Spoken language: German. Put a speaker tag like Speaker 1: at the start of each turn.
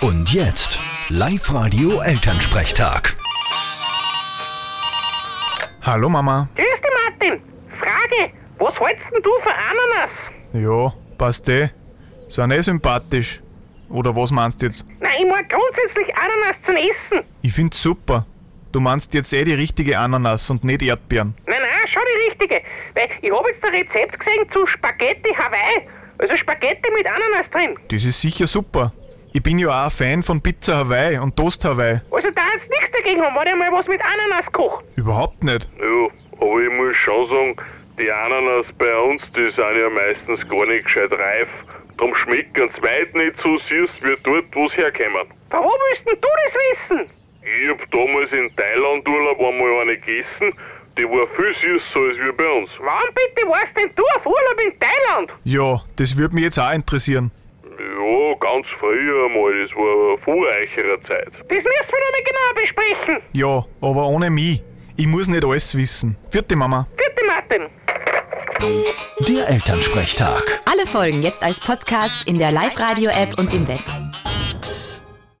Speaker 1: Und jetzt, Live-Radio Elternsprechtag.
Speaker 2: Hallo Mama.
Speaker 3: Grüß dich, Martin. Frage, was hältst denn du von Ananas?
Speaker 2: Ja, passt eh. Sind eh sympathisch. Oder was meinst jetzt?
Speaker 3: Nein, ich mag grundsätzlich Ananas zum Essen.
Speaker 2: Ich find's super. Du meinst jetzt eh die richtige Ananas und nicht Erdbeeren.
Speaker 3: Nein, nein, schon die richtige. Weil ich habe jetzt ein Rezept gesehen zu Spaghetti Hawaii. Also Spaghetti mit Ananas drin.
Speaker 2: Das ist sicher super. Ich bin ja auch ein Fan von Pizza Hawaii und Toast Hawaii.
Speaker 3: Also da hat's nichts dagegen haben, wenn ich mal was mit Ananas koche.
Speaker 2: Überhaupt nicht.
Speaker 4: Ja, aber ich muss schon sagen, die Ananas bei uns, die sind ja meistens gar nicht gescheit reif. Darum schmecken sie weit nicht so süß wie dort, wo sie herkommen.
Speaker 3: Warum willst denn du das wissen?
Speaker 4: Ich hab damals in Thailand Urlaub einmal eine gegessen, die war viel süßer als wir bei uns.
Speaker 3: Wann bitte warst denn du auf Urlaub in Thailand?
Speaker 2: Ja, das würde mich jetzt auch interessieren.
Speaker 4: Ja, ganz früher einmal, das war vor eurer Zeit.
Speaker 3: Das müssen wir noch mal genauer besprechen.
Speaker 2: Ja, aber ohne mich. Ich muss nicht alles wissen. Vierte Mama.
Speaker 3: Bitte, Martin.
Speaker 1: Der Elternsprechtag.
Speaker 5: Alle Folgen jetzt als Podcast in der Live-Radio-App und im Web.